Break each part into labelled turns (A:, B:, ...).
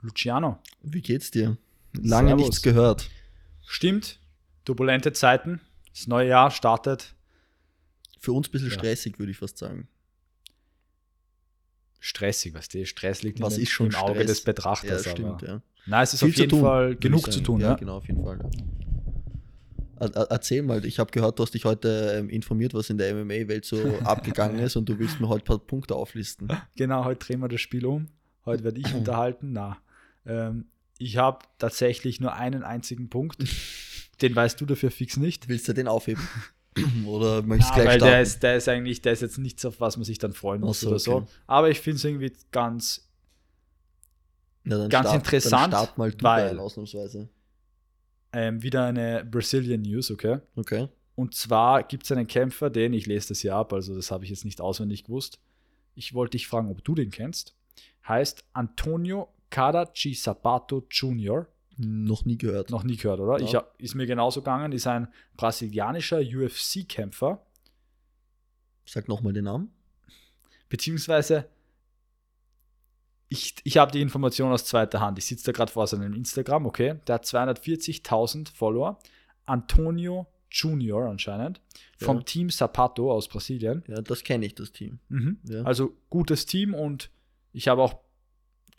A: Luciano.
B: Wie geht's dir? Lange
A: Servus.
B: nichts gehört.
A: Stimmt, turbulente Zeiten. Das neue Jahr startet
B: Für uns ein bisschen
A: Ja.
B: stressig, würde ich fast sagen.
A: stressig, weißt du? Stress liegt
B: Was
A: in, dem-
B: ist schon
A: im Auge
B: Stress?
A: des Betrachters.
B: ja, stimmt,
A: aber.
B: ja.
A: Nein, es ist
B: Viel
A: auf
B: zu
A: jeden
B: tun,
A: Fall
B: würde ich
A: genug zu
B: sagen.
A: tun.
B: Ja,
A: Ja,
B: genau, auf jeden Fall. Ja. Er- er- Erzähl mal, ich habe gehört, du hast dich heute ähm, informiert, was in der MMA-Welt so abgegangen ist und du willst mir heute ein paar Punkte auflisten.
A: Genau, heute drehen wir das Spiel um. Heute werde ich unterhalten. Na, ähm, ich habe tatsächlich nur einen einzigen Punkt. Den weißt du dafür fix nicht.
B: Willst du den aufheben? Oder möchtest
A: Ja,
B: du gleich
A: weil der
B: starten?
A: ist, der ist eigentlich, der ist jetzt nichts, auf was man sich dann freuen
B: Ach
A: muss
B: so,
A: oder so.
B: okay.
A: Aber ich finde es irgendwie ganz
B: Na, dann
A: ganz interessant,
B: Dann start mal du
A: weil-
B: rein, ausnahmsweise.
A: ähm, wieder eine Brazilian News, okay?
B: Okay.
A: Und zwar gibt es einen Kämpfer, den ich lese das ja ab, also das habe ich jetzt nicht auswendig gewusst. Ich wollte dich fragen, ob du den kennst. Heißt Antonio Karachi Sapato Jr.
B: Noch nie gehört.
A: Noch nie gehört, oder?
B: Ja.
A: Ich hab, ist mir genauso gegangen. Ist ein brasilianischer UFC-Kämpfer,
B: Sag nochmal den Namen.
A: beziehungsweise ich, ich habe die Information aus zweiter Hand. Ich sitze da gerade vor seinem Instagram, okay? Der hat 240.000 Follower. Antonio Junior anscheinend vom
B: Ja.
A: Team Sapato aus Brasilien.
B: Ja, das kenne ich, das Team.
A: Mhm.
B: Ja.
A: Also gutes Team und ich habe auch,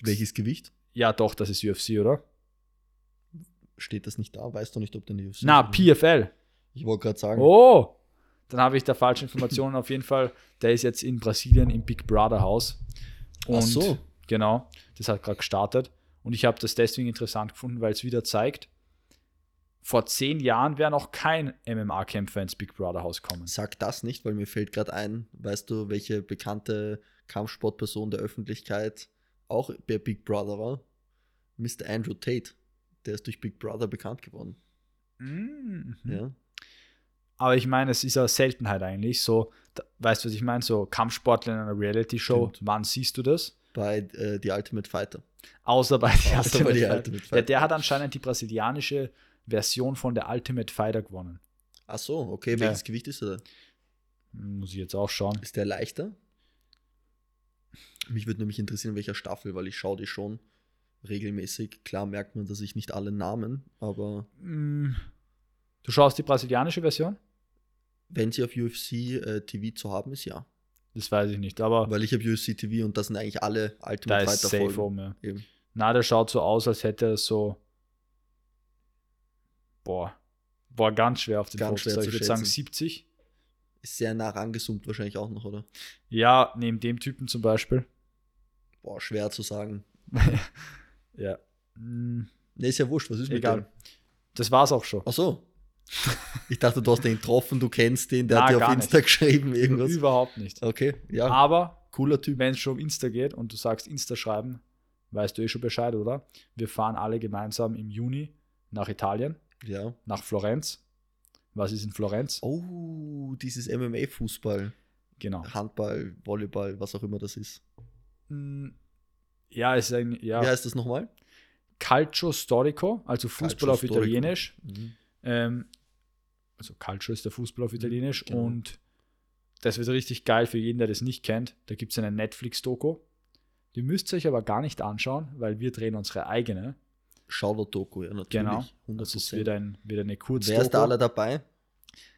B: Welches Gewicht?
A: ja doch, das ist UFC, oder?
B: Steht das nicht da? Weißt du nicht, ob der UFC
A: Na,
B: ist?
A: PFL.
B: Ich wollte gerade sagen.
A: Oh! Dann habe ich da falsche Informationen. Auf jeden Fall, der ist jetzt in Brasilien im Big Brother Haus. Und
B: Ach so.
A: Genau, das hat gerade gestartet. Und ich habe das deswegen interessant gefunden, weil es wieder zeigt, vor zehn Jahren wäre noch kein MMA-Kämpfer ins Big Brother Haus gekommen.
B: Sag das nicht, weil mir fällt gerade ein, weißt du, welche bekannte Kampfsportperson der Öffentlichkeit auch bei Big Brother war? Mr. Andrew Tate. Der ist durch Big Brother bekannt geworden.
A: Mhm.
B: Ja.
A: Aber ich meine, es ist ja Seltenheit eigentlich. So, da, weißt du, was ich meine? So Kampfsportler in einer Reality-Show,
B: Stimmt.
A: wann siehst du das?
B: Bei äh, The Ultimate Fighter.
A: Außer bei der
B: Außer bei
A: Ultimate
B: The
A: Fighter.
B: Ultimate Fighter.
A: Ja, der hat anscheinend die brasilianische Version von der Ultimate Fighter gewonnen.
B: Ach so, okay.
A: Ja.
B: Welches Gewicht ist er da?
A: Muss ich jetzt auch schauen.
B: Ist der leichter? Mich würde nämlich interessieren, in welcher Staffel, weil ich schaue die schon regelmäßig. Klar merkt man, dass ich nicht alle Namen, aber
A: Mm, Du schaust die brasilianische Version?
B: wenn sie auf UFC äh, TV zu haben ist, ja.
A: Das weiß ich nicht, aber
B: Weil ich habe UFC TV und das sind eigentlich alle
A: da
B: Ultimate
A: ist
B: Fighter
A: safe
B: Folgen.
A: oben. Ja.
B: Eben.
A: Na, der schaut so aus, als hätte er so. Boah. Boah, ganz schwer auf den
B: Ganz
A: Fokus.
B: schwer zu
A: Ich würde sagen
B: schätzen.
A: 70.
B: Ist sehr nah rangezoomt wahrscheinlich auch noch, oder?
A: Ja, neben dem Typen zum Beispiel.
B: Boah, schwer zu sagen.
A: Ja. Mm,
B: Ne, ist ja wurscht, was ist mit
A: Egal.
B: dem?
A: Das war's auch schon.
B: Ach so. Ich dachte, du hast den getroffen, du kennst den, der
A: Na,
B: hat dir auf
A: gar Ah.
B: Insta geschrieben, irgendwas.
A: Überhaupt nicht.
B: Okay, ja,
A: Aber
B: cooler Typ.
A: wenn es schon um Insta geht und du sagst Insta schreiben, weißt du eh schon Bescheid, oder? Wir fahren alle gemeinsam im Juni nach Italien,
B: Ja.
A: nach Florenz. Was ist in Florenz?
B: Oh, dieses MMA-Fußball,
A: Genau.
B: Handball, Volleyball, was auch immer das ist.
A: Mm, Ja, ist ein ja,
B: Wie heißt das nochmal?
A: Calcio Storico, also Fußball
B: Calcio
A: auf
B: Storico.
A: Italienisch. Ähm, also Calcio ist der Fußball auf Italienisch
B: genau.
A: und das wird richtig geil für jeden, der das nicht kennt. Da gibt es eine Netflix-Doku. Die müsst ihr euch aber gar nicht anschauen, weil wir drehen unsere eigene.
B: Schauder-Doku, ja, natürlich.
A: Genau.
B: 100%.
A: Das ist wieder, ein, wieder eine
B: Wer ist da
A: Kurzdoku.
B: alle dabei?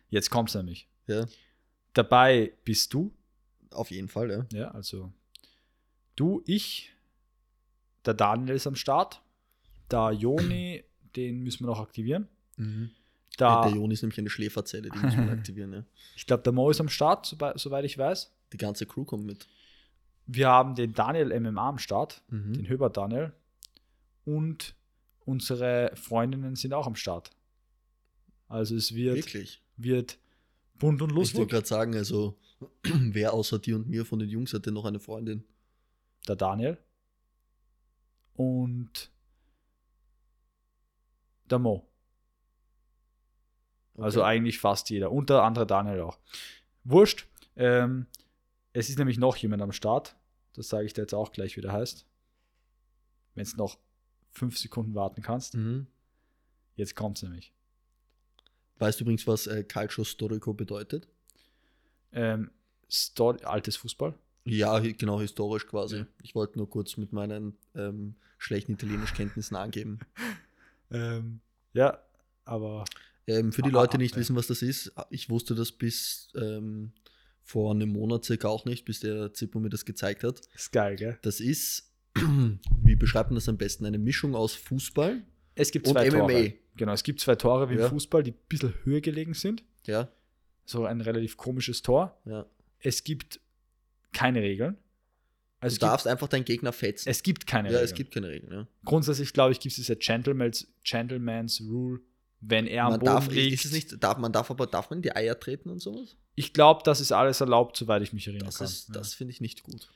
A: Jetzt kommt's nämlich.
B: Ja,
A: Dabei bist du,
B: auf jeden Fall, ja.
A: ja, also du, ich, der Daniel ist am Start, da Joni, den müssen wir noch aktivieren. Mhm. Da,
B: Der Joni ist nämlich eine Schläferzelle, die muss man aktivieren, ja.
A: ich glaube, der Mo ist am Start, sobei- soweit ich weiß.
B: Die ganze Crew kommt mit.
A: Wir haben den Daniel MMA am Start,
B: Mhm.
A: den Höber Daniel. Und unsere Freundinnen sind auch am Start. Also es wird,
B: Wirklich.
A: wird bunt und
B: Ich wollte
A: lustig.
B: gerade sagen, also wer außer dir und mir von den Jungs hat denn noch eine Freundin?
A: Der Daniel. Und der Mo. Also
B: Okay.
A: eigentlich fast jeder. Unter anderem Daniel auch. Wurscht. Ähm, es ist nämlich noch jemand am Start. Das sage ich dir jetzt auch gleich, wie der heißt. Wenn es noch fünf Sekunden warten kannst.
B: Mhm.
A: Jetzt kommt es nämlich.
B: Weißt du übrigens, was äh, Calcio Storico bedeutet?
A: Ähm, Stor altes Fußball.
B: Ja, hi- genau, historisch quasi.
A: Ja.
B: Ich wollte nur kurz mit meinen ähm, schlechten Italienischkenntnissen angeben.
A: Ähm, ja, aber
B: Ähm, für die
A: Ah,
B: Leute,
A: ah,
B: die nicht
A: ja.
B: wissen, was das ist, ich wusste das bis ähm, vor einem Monat circa auch nicht, bis der Zippo mir das gezeigt hat.
A: ist geil, gell?
B: Das ist, wie beschreibt man das am besten? Eine Mischung aus Fußball.
A: Es gibt
B: Und
A: zwei
B: MMA.
A: Tore. Genau, es gibt zwei Tore wie im
B: Ja.
A: Fußball, die ein bisschen höher gelegen sind.
B: Ja,
A: So ein relativ komisches Tor.
B: ja.
A: Es gibt keine Regeln. Also
B: Du
A: es gibt,
B: darfst einfach deinen Gegner fetzen.
A: es gibt keine
B: ja,
A: Regeln.
B: es gibt keine Regeln. Ja.
A: Grundsätzlich, glaube ich, gibt es diese Gentleman's, Gentleman's Rule, wenn er am
B: Man
A: Boden
B: darf,
A: liegt.
B: ist es nicht, darf, man darf aber, darf man in die Eier treten und sowas?
A: Ich glaube, das ist alles erlaubt, soweit ich mich erinnere.
B: Das,
A: kann.
B: ist,
A: Ja.
B: das finde ich nicht gut.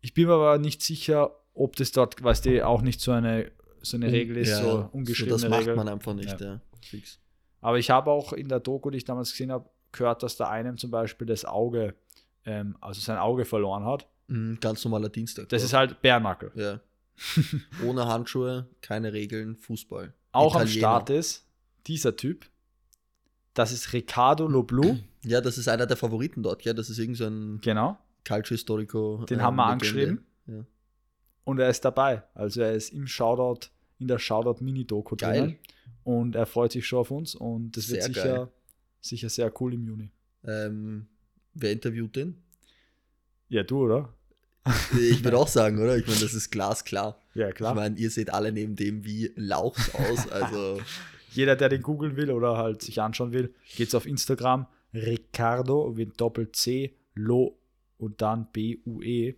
A: Ich bin mir aber nicht sicher, ob das dort, weißt du, auch nicht so eine, so eine Regel ist,
B: Mhm. Ja,
A: so ungeschriebene
B: Das macht
A: Regel.
B: man einfach nicht,
A: Ja.
B: ja. Fix.
A: Aber ich habe auch in der Doku, die ich damals gesehen habe, gehört, dass der einem zum Beispiel das Auge, ähm, also sein Auge verloren hat.
B: Mhm, ganz normaler Dienstag.
A: Das ist halt Bärnackel.
B: Ja. Ohne Handschuhe, keine Regeln, Fußball.
A: Auch
B: Italiener.
A: am Start ist dieser Typ. Das ist Riccardo Loblu.
B: Ja, das ist einer der Favoriten dort, ja. Das ist irgend so ein
A: genau.
B: Calcio Historico.
A: Den
B: ähm,
A: haben wir
B: Legende.
A: angeschrieben.
B: Ja.
A: Und er ist dabei. Also er ist im Shoutout, in der Shoutout-Mini-Doku
B: Geil.
A: drinnen. Und er freut sich schon auf uns. Und das wird
B: Sehr
A: sicher, sicher sehr cool im Juni.
B: Ähm, wer interviewt den?
A: Ja, du, oder?
B: Ich würde auch sagen, oder? Ich meine, das ist glasklar.
A: Ja, klar.
B: Ich meine, ihr seht alle neben dem wie Lauchs aus. Also,
A: Jeder, der den googeln will oder halt sich anschauen will, geht's auf Instagram. Ricardo mit Doppel-C, Lo und dann E. B-U-E.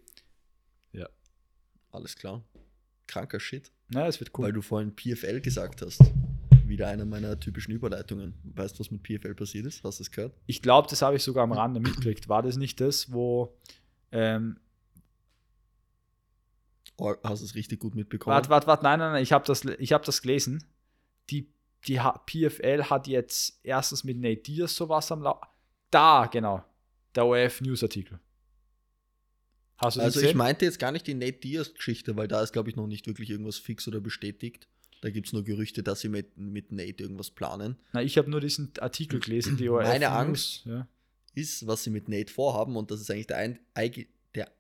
B: alles klar. Kranker Shit.
A: Na, es wird
B: Weil
A: cool.
B: du vorhin PFL gesagt hast. Wieder eine meiner typischen Überleitungen. Weißt du, was mit PFL passiert ist? Hast du es gehört?
A: Ich glaube, das habe ich sogar am Rande mitgekriegt. War das nicht das, wo. Ähm,
B: Oh, hast du es richtig gut mitbekommen?
A: warte, warte, warte, nein, nein, nein, ich habe das, ich hab das gelesen. Die, die H- PFL hat jetzt erstens mit Nate Diaz sowas am Laufen. Da, genau. Der ORF-News-Artikel. Hast du das
B: Also
A: gesehen?
B: ich meinte jetzt gar nicht die Nate Diaz-Geschichte, weil da ist, glaube ich, noch nicht wirklich irgendwas fix oder bestätigt. Da gibt es nur Gerüchte, dass sie mit, mit Nate irgendwas planen.
A: Na, ich habe nur diesen Artikel gelesen, die ORF.
B: Meine Angst-
A: Ja.
B: Ist, was sie mit Nate vorhaben, und das ist eigentlich der, ein, eig- der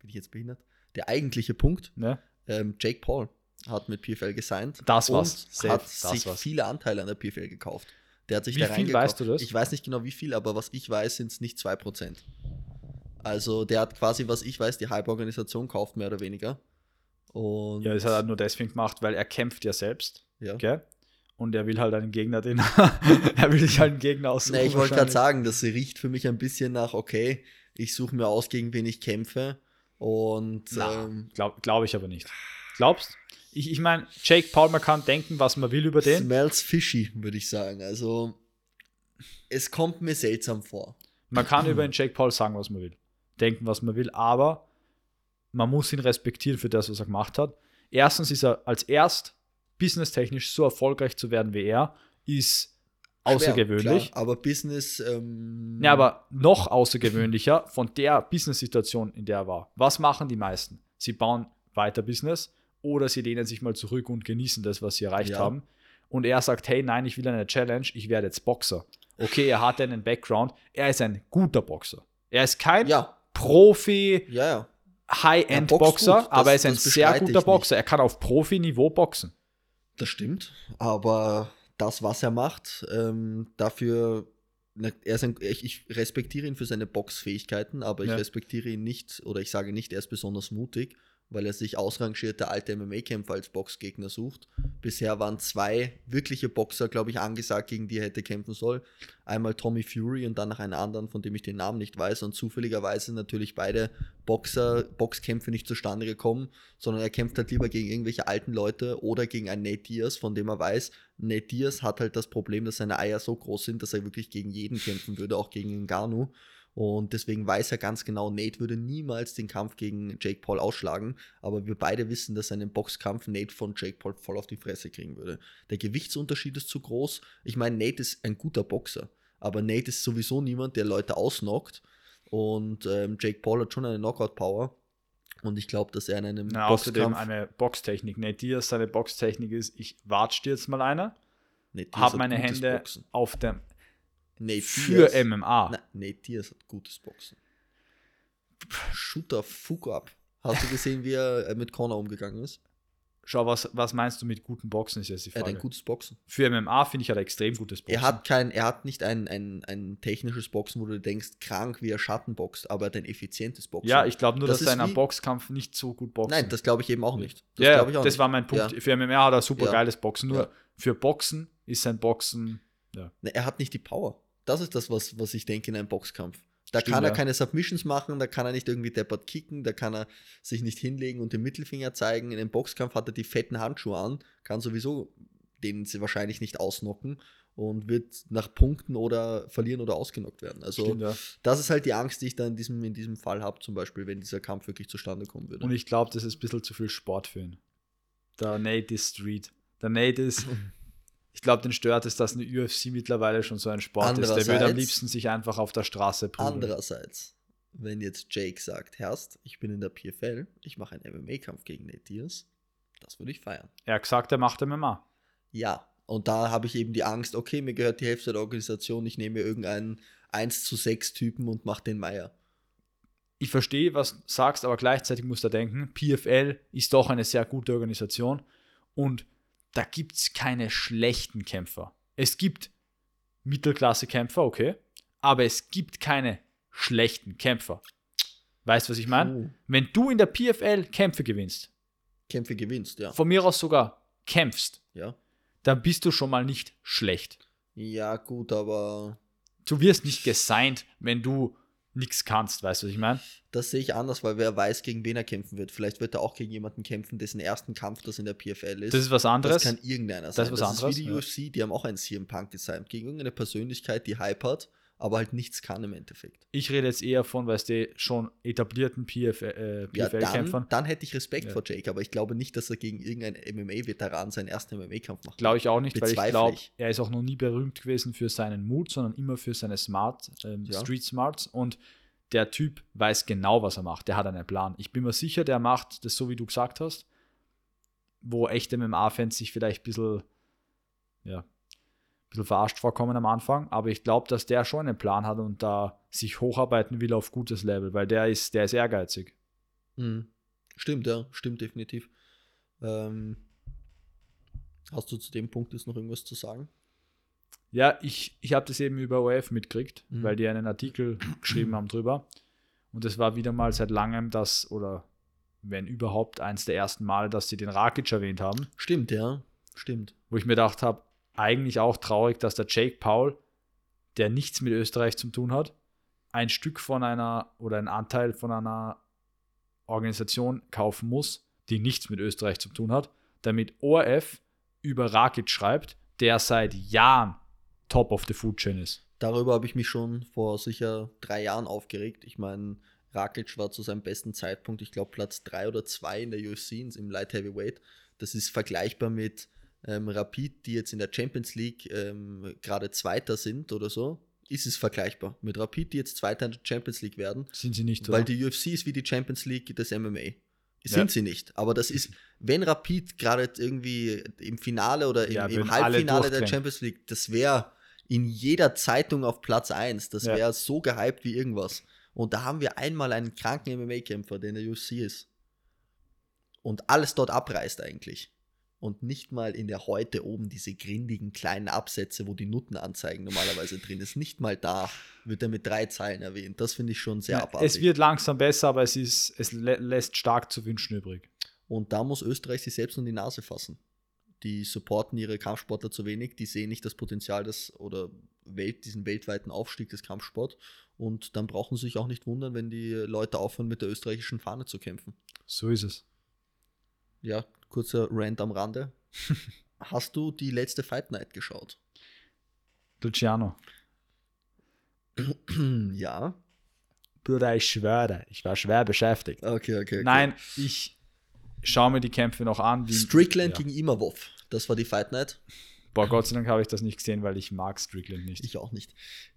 B: bin ich jetzt behindert? Der eigentliche Punkt.
A: Ne?
B: Ähm, Jake Paul hat mit PFL gesigned.
A: Das
B: und
A: war's. Safe,
B: Hat
A: das
B: sich
A: war's.
B: viele Anteile an der PFL gekauft. Der hat sich
A: Wie
B: da
A: viel
B: reingekauft.
A: weißt du das?
B: Ich weiß nicht genau wie viel, aber was ich weiß, sind es nicht 2%. Also der hat quasi, was ich weiß, die halbe Organisation kauft, mehr oder weniger. Und
A: Ja, halt das hat er nur deswegen gemacht, weil er kämpft ja selbst.
B: ja.
A: Okay? Und er will halt einen Gegner, den er will sich halt einen Gegner aussuchen.
B: Nee, ich wollte
A: wahrscheinlich.
B: gerade sagen, das riecht für mich ein bisschen nach, okay, ich suche mir aus, gegen wen ich kämpfe. Und
A: Na.
B: ähm,
A: Glaub, glaub ich aber nicht. Glaubst? Ich, ich meine, Jake Paul, man kann denken, was man will über den.
B: smells fishy, würde ich sagen. Also, es kommt mir seltsam vor.
A: Man kann über den Jake Paul sagen, was man will. Denken, was man will, aber man muss ihn respektieren für das, was er gemacht hat. Erstens ist er als erst businesstechnisch so erfolgreich zu werden wie er, ist außergewöhnlich.
B: Schwer, klar, aber Business. Ähm,
A: Ja, aber noch außergewöhnlicher von der Business-Situation, in der er war. Was machen die meisten? Sie bauen weiter Business oder sie lehnen sich mal zurück und genießen das, was sie erreicht
B: Ja.
A: haben. Und er sagt, hey, nein, ich will eine Challenge, ich werde jetzt Boxer. Okay, er hat einen Background, er ist ein guter Boxer. Er ist kein
B: Ja,
A: Profi,
B: ja, ja. Er boxt gut,
A: High-End-Boxer,
B: das-
A: aber er ist ein
B: das
A: sehr
B: bestreite ich
A: guter
B: nicht.
A: Boxer. Er kann auf Profi-Niveau boxen.
B: Das stimmt. Aber das, was er macht, ähm, dafür. na, Er ist ein, ich, ich respektiere ihn für seine Boxfähigkeiten, aber ich
A: Ja.
B: respektiere ihn nicht, oder ich sage nicht, er ist besonders mutig, weil er sich ausrangierte alte MMA-Kämpfer als Boxgegner sucht. Bisher waren zwei wirkliche Boxer, glaube ich, angesagt, gegen die er hätte kämpfen sollen. Einmal Tommy Fury und dann nach einem anderen, von dem ich den Namen nicht weiß. Und zufälligerweise natürlich beide Boxer, Boxkämpfe nicht zustande gekommen, sondern er kämpft halt lieber gegen irgendwelche alten Leute oder gegen einen Nate Diaz, von dem er weiß, Nate Diaz hat halt das Problem, dass seine Eier so groß sind, dass er wirklich gegen jeden kämpfen würde, auch gegen Ngannou. Und deswegen weiß er ganz genau, Nate würde niemals den Kampf gegen Jake Paul ausschlagen. Aber wir beide wissen, dass er einen Boxkampf Nate von Jake Paul voll auf die Fresse kriegen würde. Der Gewichtsunterschied ist zu groß. Ich meine, Nate ist ein guter Boxer. Aber Nate ist sowieso niemand, der Leute ausnockt. Und ähm, Jake Paul hat schon eine Knockout-Power. Und ich glaube, dass er in einem
A: Na, außerdem eine Boxtechnik. Nate Diaz, seine Boxtechnik ist, ich watsch dir jetzt mal einer,
B: Nate Ne, Diaz
A: hab
B: hat
A: meine
B: gutes
A: Hände
B: Boxen.
A: auf dem
B: Nate
A: für
B: Diaz-
A: MMA.
B: also Nein, Nate Diaz hat gutes Boxen. Shooter fuck up. Hast du gesehen, wie er äh, mit Connor umgegangen ist?
A: Schau, was, was meinst du mit guten Boxen, ist jetzt die
B: Er hat
A: Frage.
B: ein gutes Boxen.
A: Für MMA finde ich, hat er extrem gutes Boxen.
B: Er hat kein, er hat nicht ein, ein, ein technisches Boxen, wo du denkst, krank wie er Schatten boxt, aber er hat ein effizientes Boxen.
A: ja, ich glaube nur,
B: Das
A: dass er
B: ist
A: in einem
B: wie-
A: Boxkampf nicht so gut boxt.
B: Nein, das glaube ich eben auch nicht. Das
A: das ja,
B: glaube ich auch
A: das
B: nicht.
A: war mein Punkt. Für MMA hat er super
B: Ja.
A: geiles Boxen. Nur
B: Ja.
A: für Boxen ist sein Boxen.
B: Ne, Er hat nicht die Power. Das ist das, was, was ich denke in einem Boxkampf. Da
A: Stimmt,
B: kann er
A: ja.
B: keine Submissions machen, da kann er nicht irgendwie deppert kicken, da kann er sich nicht hinlegen und den Mittelfinger zeigen. In einem Boxkampf hat er die fetten Handschuhe an, kann sowieso den sie wahrscheinlich nicht ausnocken und wird nach Punkten oder verlieren oder ausgenockt werden. Also
A: Stimmt, ja.
B: das ist halt die Angst, die ich da in diesem, in diesem Fall habe, zum Beispiel, wenn dieser Kampf wirklich zustande kommen würde.
A: Und ich glaube, das ist ein bisschen zu viel Sport für ihn. Der Nate ist Street. Der Nate ist. Ich glaube, den stört es, dass eine UFC mittlerweile schon so ein Sport ist. Der würde am
B: Andererseits-
A: liebsten sich einfach auf der Straße prügeln.
B: Andererseits, wenn jetzt Jake sagt, Herst, ich bin in der PFL, ich mache einen MMA-Kampf gegen Nate Diaz, das würde ich feiern.
A: Er hat gesagt, er macht MMA.
B: Ja, und da habe ich eben die Angst, okay, mir gehört die Hälfte der Organisation, ich nehme mir irgendeinen 1 zu 6 Typen und mache den Meier.
A: ich verstehe, was du sagst, aber gleichzeitig musst du denken, PFL ist doch eine sehr gute Organisation und da gibt es keine schlechten Kämpfer. Es gibt Mittelklasse-Kämpfer, okay, aber es gibt keine schlechten Kämpfer. Weißt du, was ich meine?
B: Puh,
A: Wenn du in der PFL Kämpfe gewinnst,
B: Kämpfe gewinnst, ja.
A: von mir aus sogar kämpfst,
B: ja.
A: dann bist du schon mal nicht schlecht.
B: Ja, gut, aber
A: Du wirst nicht gesigned, wenn du nichts kannst, weißt du, was ich meine?
B: das sehe ich anders, weil wer weiß, gegen wen er kämpfen wird. Vielleicht wird er auch gegen jemanden kämpfen, dessen ersten Kampf das in der PFL ist.
A: Das ist was anderes.
B: Das kann irgendeiner
A: ist
B: sein.
A: was
B: ist wie die
A: anderes,
B: UFC, die haben auch einen CM Punk gesigned. Gegen irgendeine Persönlichkeit, die Hype hat, aber halt nichts kann im Endeffekt.
A: Ich rede jetzt eher von, weißt du, schon etablierten PF, äh,
B: Ja, dann,
A: PFL-Kämpfern.
B: dann hätte ich Respekt
A: Ja.
B: vor Jake, aber ich glaube nicht, dass er gegen irgendeinen MMA-Veteran seinen ersten MMA-Kampf macht.
A: glaube ich auch nicht, weil ich
B: bezweifle
A: glaube,
B: ich.
A: er ist auch noch nie berühmt gewesen für seinen Mut, sondern immer für seine Smart, ähm,
B: Ja.
A: Street Smarts. Und der Typ weiß genau, was er macht. Der hat einen Plan. Ich bin mir sicher, der macht das so, wie du gesagt hast, wo echte MMA-Fans sich vielleicht ein bisschen, ja, ein bisschen verarscht vorkommen am Anfang. Aber ich glaube, dass der schon einen Plan hat und da sich hocharbeiten will auf gutes Level, weil der ist, der ist ehrgeizig.
B: Mhm. Stimmt, ja, stimmt definitiv. Ähm, hast du zu dem Punkt jetzt noch irgendwas zu sagen?
A: Ja, ich, ich habe das eben über ORF mitgekriegt,
B: Mhm.
A: weil die einen Artikel geschrieben haben drüber. Und es war wieder mal seit langem das, oder wenn überhaupt, eins der ersten Male, dass sie den Rakic erwähnt haben,
B: Stimmt, ja, stimmt.
A: wo ich mir gedacht habe, eigentlich auch traurig, dass der Jake Paul, der nichts mit Österreich zu tun hat, ein Stück von einer oder ein Anteil von einer Organisation kaufen muss, die nichts mit Österreich zu tun hat, damit ORF über Rakic schreibt, der seit Jahren top of the food chain ist.
B: Darüber habe ich mich schon vor sicher drei Jahren aufgeregt. Ich meine, Rakic war zu seinem besten Zeitpunkt, ich glaube, Platz 3 oder 2 in der UFC ins- im Light Heavyweight. Das ist vergleichbar mit ähm, Rapid, die jetzt in der Champions League ähm, gerade Zweiter sind oder so. Ist es vergleichbar mit Rapid, die jetzt Zweiter in der Champions League werden.
A: Sind sie nicht,
B: Weil die UFC ist wie die Champions League des MMA. Sind
A: Ja.
B: sie nicht. Aber das ist, wenn Rapid gerade jetzt irgendwie im Finale oder im,
A: Ja,
B: im
A: würden alle
B: Halbfinale der
A: durchdrehen.
B: Champions League, das wäre in jeder Zeitung auf Platz 1. Das
A: Ja.
B: wäre so gehypt wie irgendwas. Und da haben wir einmal einen kranken MMA-Kämpfer, der in der UFC ist. Und alles dort abreißt eigentlich. Und nicht mal in der heute oben diese grindigen kleinen Absätze, wo die Nuttenanzeigen normalerweise drin ist. Nicht mal da wird er mit drei Zeilen erwähnt. Das finde ich schon sehr
A: Ja,
B: abartig.
A: es wird langsam besser, aber es, ist, es lä lässt stark zu wünschen übrig.
B: Und da muss Österreich sich selbst in die Nase fassen. Die supporten ihre Kampfsportler zu wenig, die sehen nicht das Potenzial des oder Welt, diesen weltweiten Aufstieg des Kampfsports. Und dann brauchen sie sich auch nicht wundern, wenn die Leute aufhören, mit der österreichischen Fahne zu kämpfen.
A: So ist es.
B: Ja, kurzer Rant am Rande. Hast du die letzte Fight Night geschaut?
A: Luciano.
B: ja.
A: Bruder, ich schwöre, ich war schwer beschäftigt.
B: Okay, okay. okay.
A: Nein, ich schaue mir die Kämpfe noch an. Wie,
B: Strickland
A: ja.
B: gegen Imavov. Das war die Fight Night.
A: Boah, Gott sei Dank habe ich das nicht gesehen, weil ich mag Strickland nicht.
B: Ich auch nicht.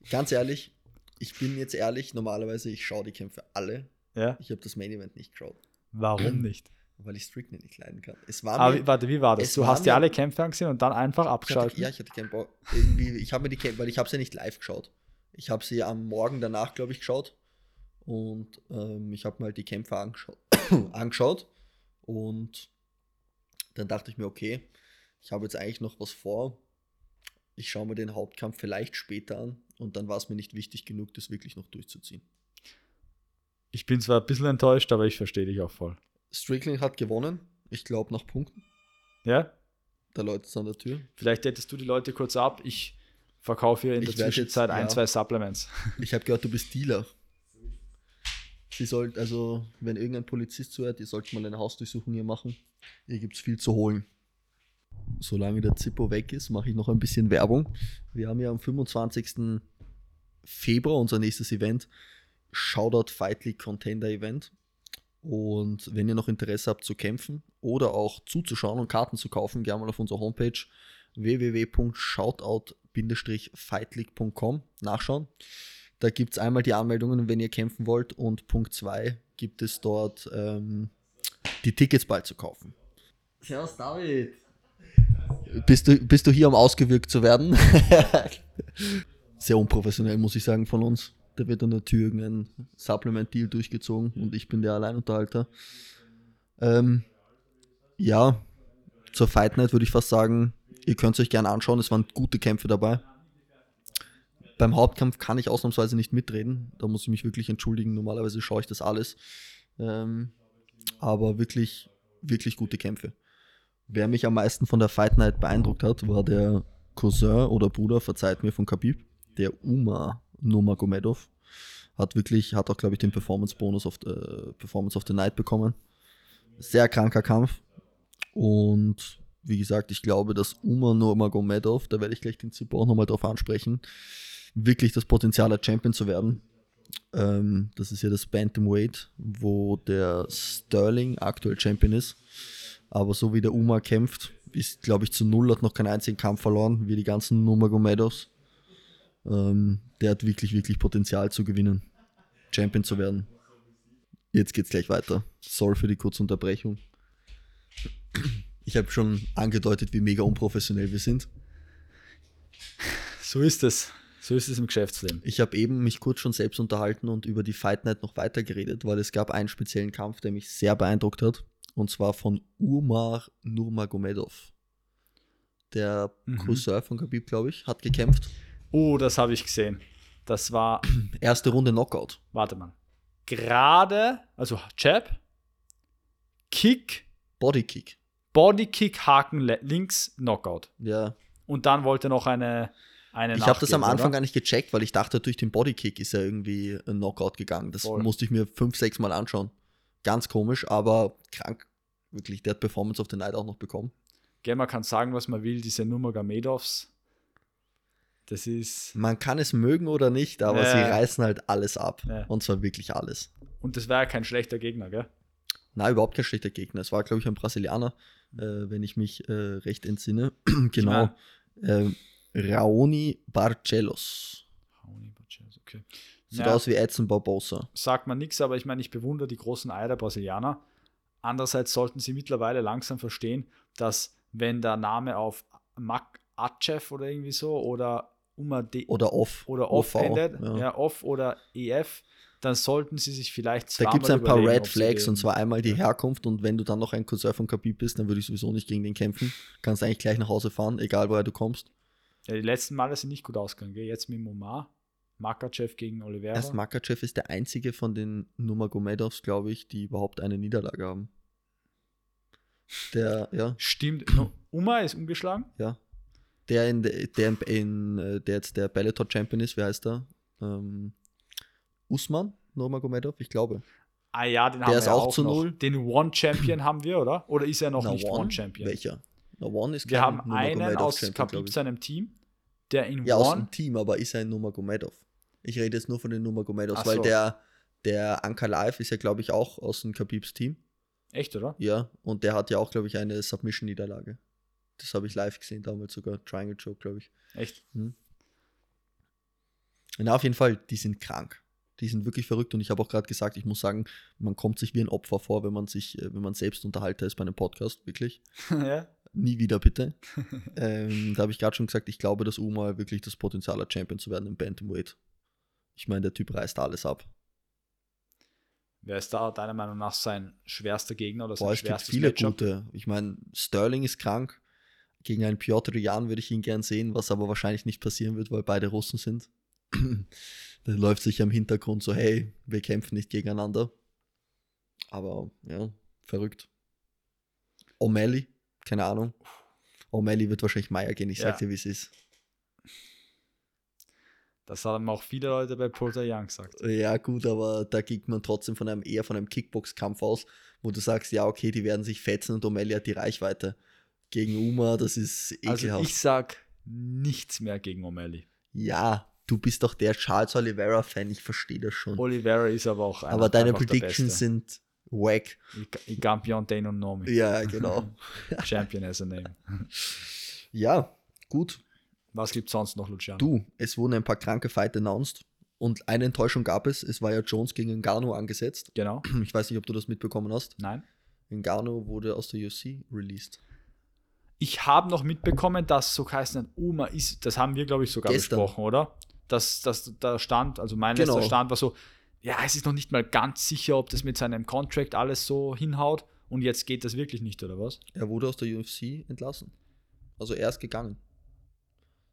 B: Ganz ehrlich, ich bin jetzt ehrlich, normalerweise, ich schaue die Kämpfe alle.
A: ja?
B: Ich habe das Main Event nicht geschaut.
A: Warum nicht?
B: weil ich Strickland nicht leiden kann. Es war
A: Aber,
B: mir,
A: warte, wie war das?
B: es
A: Du
B: war
A: hast dir
B: mir-
A: alle Kämpfe angesehen und dann einfach
B: ich hatte,
A: abgeschaltet.
B: ja, ich hatte keinen Bock. Irgendwie, ich habe mir die, Kä- weil ich habe sie nicht live geschaut. Ich habe sie am Morgen danach, glaube ich, geschaut Und ähm, ich habe mal die Kämpfer angeschaut, angeschaut und dann dachte ich mir, okay, ich habe jetzt eigentlich noch was vor. Ich schaue mir den Hauptkampf vielleicht später an und dann war es mir nicht wichtig genug, das wirklich noch durchzuziehen.
A: Ich bin zwar ein bisschen enttäuscht, aber ich verstehe dich auch voll.
B: Strickling hat gewonnen, ich glaube nach Punkten.
A: Ja?
B: Da läutet es an der Tür.
A: Vielleicht hättest du die Leute kurz ab. Ich verkaufe hier in
B: Ich
A: der
B: werd jetzt-
A: Zwischenzeit ein,
B: ja.
A: zwei Supplements.
B: Ich habe gehört, du bist Dealer. Sie sollt, also, wenn irgendein Polizist zuhört, ihr sollt mal eine Hausdurchsuchung hier machen. Hier gibt es viel zu holen. Solange der Zippo weg ist, mache ich noch ein bisschen Werbung. Wir haben ja am 25. Februar unser nächstes Event. Shoutout Fight League Contender Event. Und wenn ihr noch Interesse habt zu kämpfen oder auch zuzuschauen und Karten zu kaufen, gerne mal auf unserer Homepage www.shoutout-fightleague.com nachschauen. Da gibt es einmal die Anmeldungen, wenn ihr kämpfen wollt, und Punkt 2 gibt es dort ähm, die Tickets bald zu kaufen. Servus David! Bist du, bist du hier, um ausgewirkt zu werden? Sehr unprofessionell, muss ich sagen, von uns. Da wird an der Tür irgendein Supplement-Deal durchgezogen und ich bin der Alleinunterhalter. Ähm, ja, zur Fight Night würde ich fast sagen, ihr könnt es euch gerne anschauen, es waren gute Kämpfe dabei. Beim Hauptkampf kann ich ausnahmsweise nicht mitreden, da muss ich mich wirklich entschuldigen, normalerweise schaue ich das alles. Ähm, aber wirklich, wirklich gute Kämpfe. Wer mich am meisten von der Fight Night beeindruckt hat, war der Cousin oder Bruder, verzeiht mir, von Khabib, der Uma Nurmagomedov. Hat wirklich, hat auch, glaube ich, den Performance-Bonus auf äh, Performance of the Night bekommen. Sehr kranker Kampf. Und wie gesagt, ich glaube, dass Uma Nurmagomedov, da werde ich gleich den Zipper auch nochmal drauf ansprechen, wirklich das Potenzial hat, Champion zu werden. Ähm, das ist ja das Bantamweight, wo der Sterling aktuell Champion ist. Aber so wie der Uma kämpft, ist, glaube ich, zu null, hat noch keinen einzigen Kampf verloren, wie die ganzen Nurmagomedovs. Ähm, der hat wirklich, wirklich Potenzial zu gewinnen, Champion zu werden. Jetzt geht's gleich weiter. Sorry für die kurze Unterbrechung. Ich habe schon angedeutet, wie mega unprofessionell wir sind.
A: So ist es. So ist es im Geschäftsleben.
B: Ich habe eben mich kurz schon selbst unterhalten und über die Fight Night noch weiter geredet, weil es gab einen speziellen Kampf, der mich sehr beeindruckt hat. Und zwar von Urmar Nurmagomedov. Der
A: Mhm.
B: Cousin von Khabib, glaube ich, hat gekämpft.
A: Oh, das habe ich gesehen. Das war,
B: Erste Runde Knockout.
A: warte mal. Gerade, also Jab, Kick,
B: Bodykick.
A: Bodykick, Haken le- links, Knockout.
B: Ja.
A: Und dann wollte noch eine. eine
B: Ich habe das am
A: nachgeben,
B: Anfang
A: oder?
B: gar nicht gecheckt, weil ich dachte, durch den Bodykick ist er irgendwie ein Knockout gegangen. Das
A: Voll.
B: musste ich mir fünf, sechs Mal anschauen. Ganz komisch, aber krank. Wirklich, der hat Performance of the Night auch noch bekommen.
A: Gell, man kann sagen, was man will, diese Nurmagomedovs. Das ist.
B: Man kann es mögen oder nicht, aber
A: Ja.
B: sie reißen halt alles ab.
A: Ja.
B: Und zwar wirklich alles.
A: Und das war ja kein schlechter Gegner, gell?
B: Na, überhaupt kein schlechter Gegner. Es war, glaube ich, ein Brasilianer, äh, wenn ich mich äh, recht entsinne. genau. Ähm, Raoni Barcelos.
A: Raoni Barcelos, Okay.
B: Sieht
A: Ja.
B: aus wie Edson Barbosa.
A: Sagt man nichts, aber ich meine, ich bewundere die großen Eier der Brasilianer. Andererseits sollten sie mittlerweile langsam verstehen, dass wenn der Name auf Mak Atchev oder irgendwie so oder Umade
B: Oder Off.
A: oder Off
B: OV,
A: endet,
B: ja.
A: ja. Off oder EF, dann sollten sie sich vielleicht
B: Da
A: zweimal
B: gibt es ein paar
A: überlegen,
B: Red
A: ob sie
B: Flags
A: den-
B: und zwar einmal die Herkunft und wenn du dann noch ein Cousin von Khabib bist, dann würde ich sowieso nicht gegen den kämpfen. Kannst eigentlich gleich nach Hause fahren, egal woher du kommst.
A: Ja, die letzten Male sind nicht gut ausgegangen, gell? Jetzt mit Momar, Makachev gegen Oliveira.
B: Erst Makachev ist der einzige von den Nurmagomedovs, glaube ich, die überhaupt eine Niederlage haben. Der, ja,
A: Stimmt, no, Uma ist umgeschlagen.
B: ja. Der in, der in, in äh, der jetzt der Bellator Champion ist, wie heißt der? Ähm, Usman Nurmagomedov, ich glaube.
A: Ah ja, den
B: Der
A: haben
B: ist
A: wir ja
B: auch zu
A: noch.
B: null.
A: Den One Champion haben wir, oder? Oder ist er noch nicht
B: One?
A: One Champion?
B: Welcher? Na One ist
A: Wir
B: kein
A: haben einen aus
B: Nurmagomedov-Champion, glaub
A: Khabib
B: ich.
A: seinem Team, der in
B: Ja, aus
A: One
B: dem Team, aber ist er ein Nurmagomedov? Ich rede jetzt nur von den Nurmagomedovs,
A: Ach
B: weil
A: so.
B: der, der Anka Live ist ja, glaube ich, auch aus dem Khabibs Team.
A: echt, oder?
B: Ja, und der hat ja auch, glaube ich, eine Submission-Niederlage. Das habe ich live gesehen damals sogar. Triangle Choke, glaube ich.
A: Echt.
B: Na, auf jeden Fall, die sind krank. Die sind wirklich verrückt und ich habe auch gerade gesagt, ich muss sagen, man kommt sich wie ein Opfer vor, wenn man sich, äh, wenn man selbst Unterhalter ist bei einem Podcast, wirklich.
A: ja.
B: Nie wieder bitte. ähm, da habe ich gerade schon gesagt, ich glaube, dass Umar wirklich das Potenzial hat, Champion zu werden im Bantamweight. Ich meine, der Typ reißt alles ab.
A: Wer ist da deiner Meinung nach sein schwerster Gegner oder sein
B: Boah, es gibt
A: schwerstes
B: viele
A: Matchup?
B: gute. Ich meine, Sterling ist krank. Gegen einen Piotr Jan würde ich ihn gern sehen, was aber wahrscheinlich nicht passieren wird, weil beide Russen sind. da läuft sich am Hintergrund so, hey, wir kämpfen nicht gegeneinander. Aber ja, verrückt. O'Malley, keine Ahnung. O'Malley wird wahrscheinlich Meier gehen, ich sag
A: Ja.
B: dir, wie es ist.
A: Das haben auch viele Leute bei Porter Young gesagt.
B: Ja, gut, aber da geht man trotzdem von einem eher von einem Kickbox-Kampf aus, wo du sagst, ja, okay, die werden sich fetzen und O'Malley hat die Reichweite. Gegen Uma, das ist ekelhaft.
A: Also ich sag nichts mehr gegen O'Malley.
B: ja, du bist doch der Charles Oliveira-Fan, ich verstehe das schon.
A: Oliveira ist aber auch einer,
B: Hm. aber deine
A: einfach der
B: Predictions
A: Beste.
B: sind wack.
A: Ich- Ich Champion Dane und Nomi.
B: Ja, genau.
A: Champion as a name.
B: ja, gut.
A: Was gibt's sonst noch, Luciano?
B: Du, es wurden ein paar kranke Fight announced und eine Enttäuschung gab es. Es war ja Jones gegen Ngannou angesetzt.
A: Genau.
B: Ich weiß nicht, ob du das mitbekommen hast.
A: Nein.
B: Ngannou wurde aus der UFC released.
A: Ich habe noch mitbekommen, dass so geheißen hat, Uma ist, das haben wir, glaube ich, sogar
B: Gestern.
A: besprochen, oder? Dass, dass da stand, also mein
B: Genau.
A: letzter Stand war so, ja, es ist noch nicht mal ganz sicher, ob das mit seinem Contract alles so hinhaut und jetzt geht das wirklich nicht, oder was?
B: Er wurde aus der UFC entlassen. Also er ist gegangen.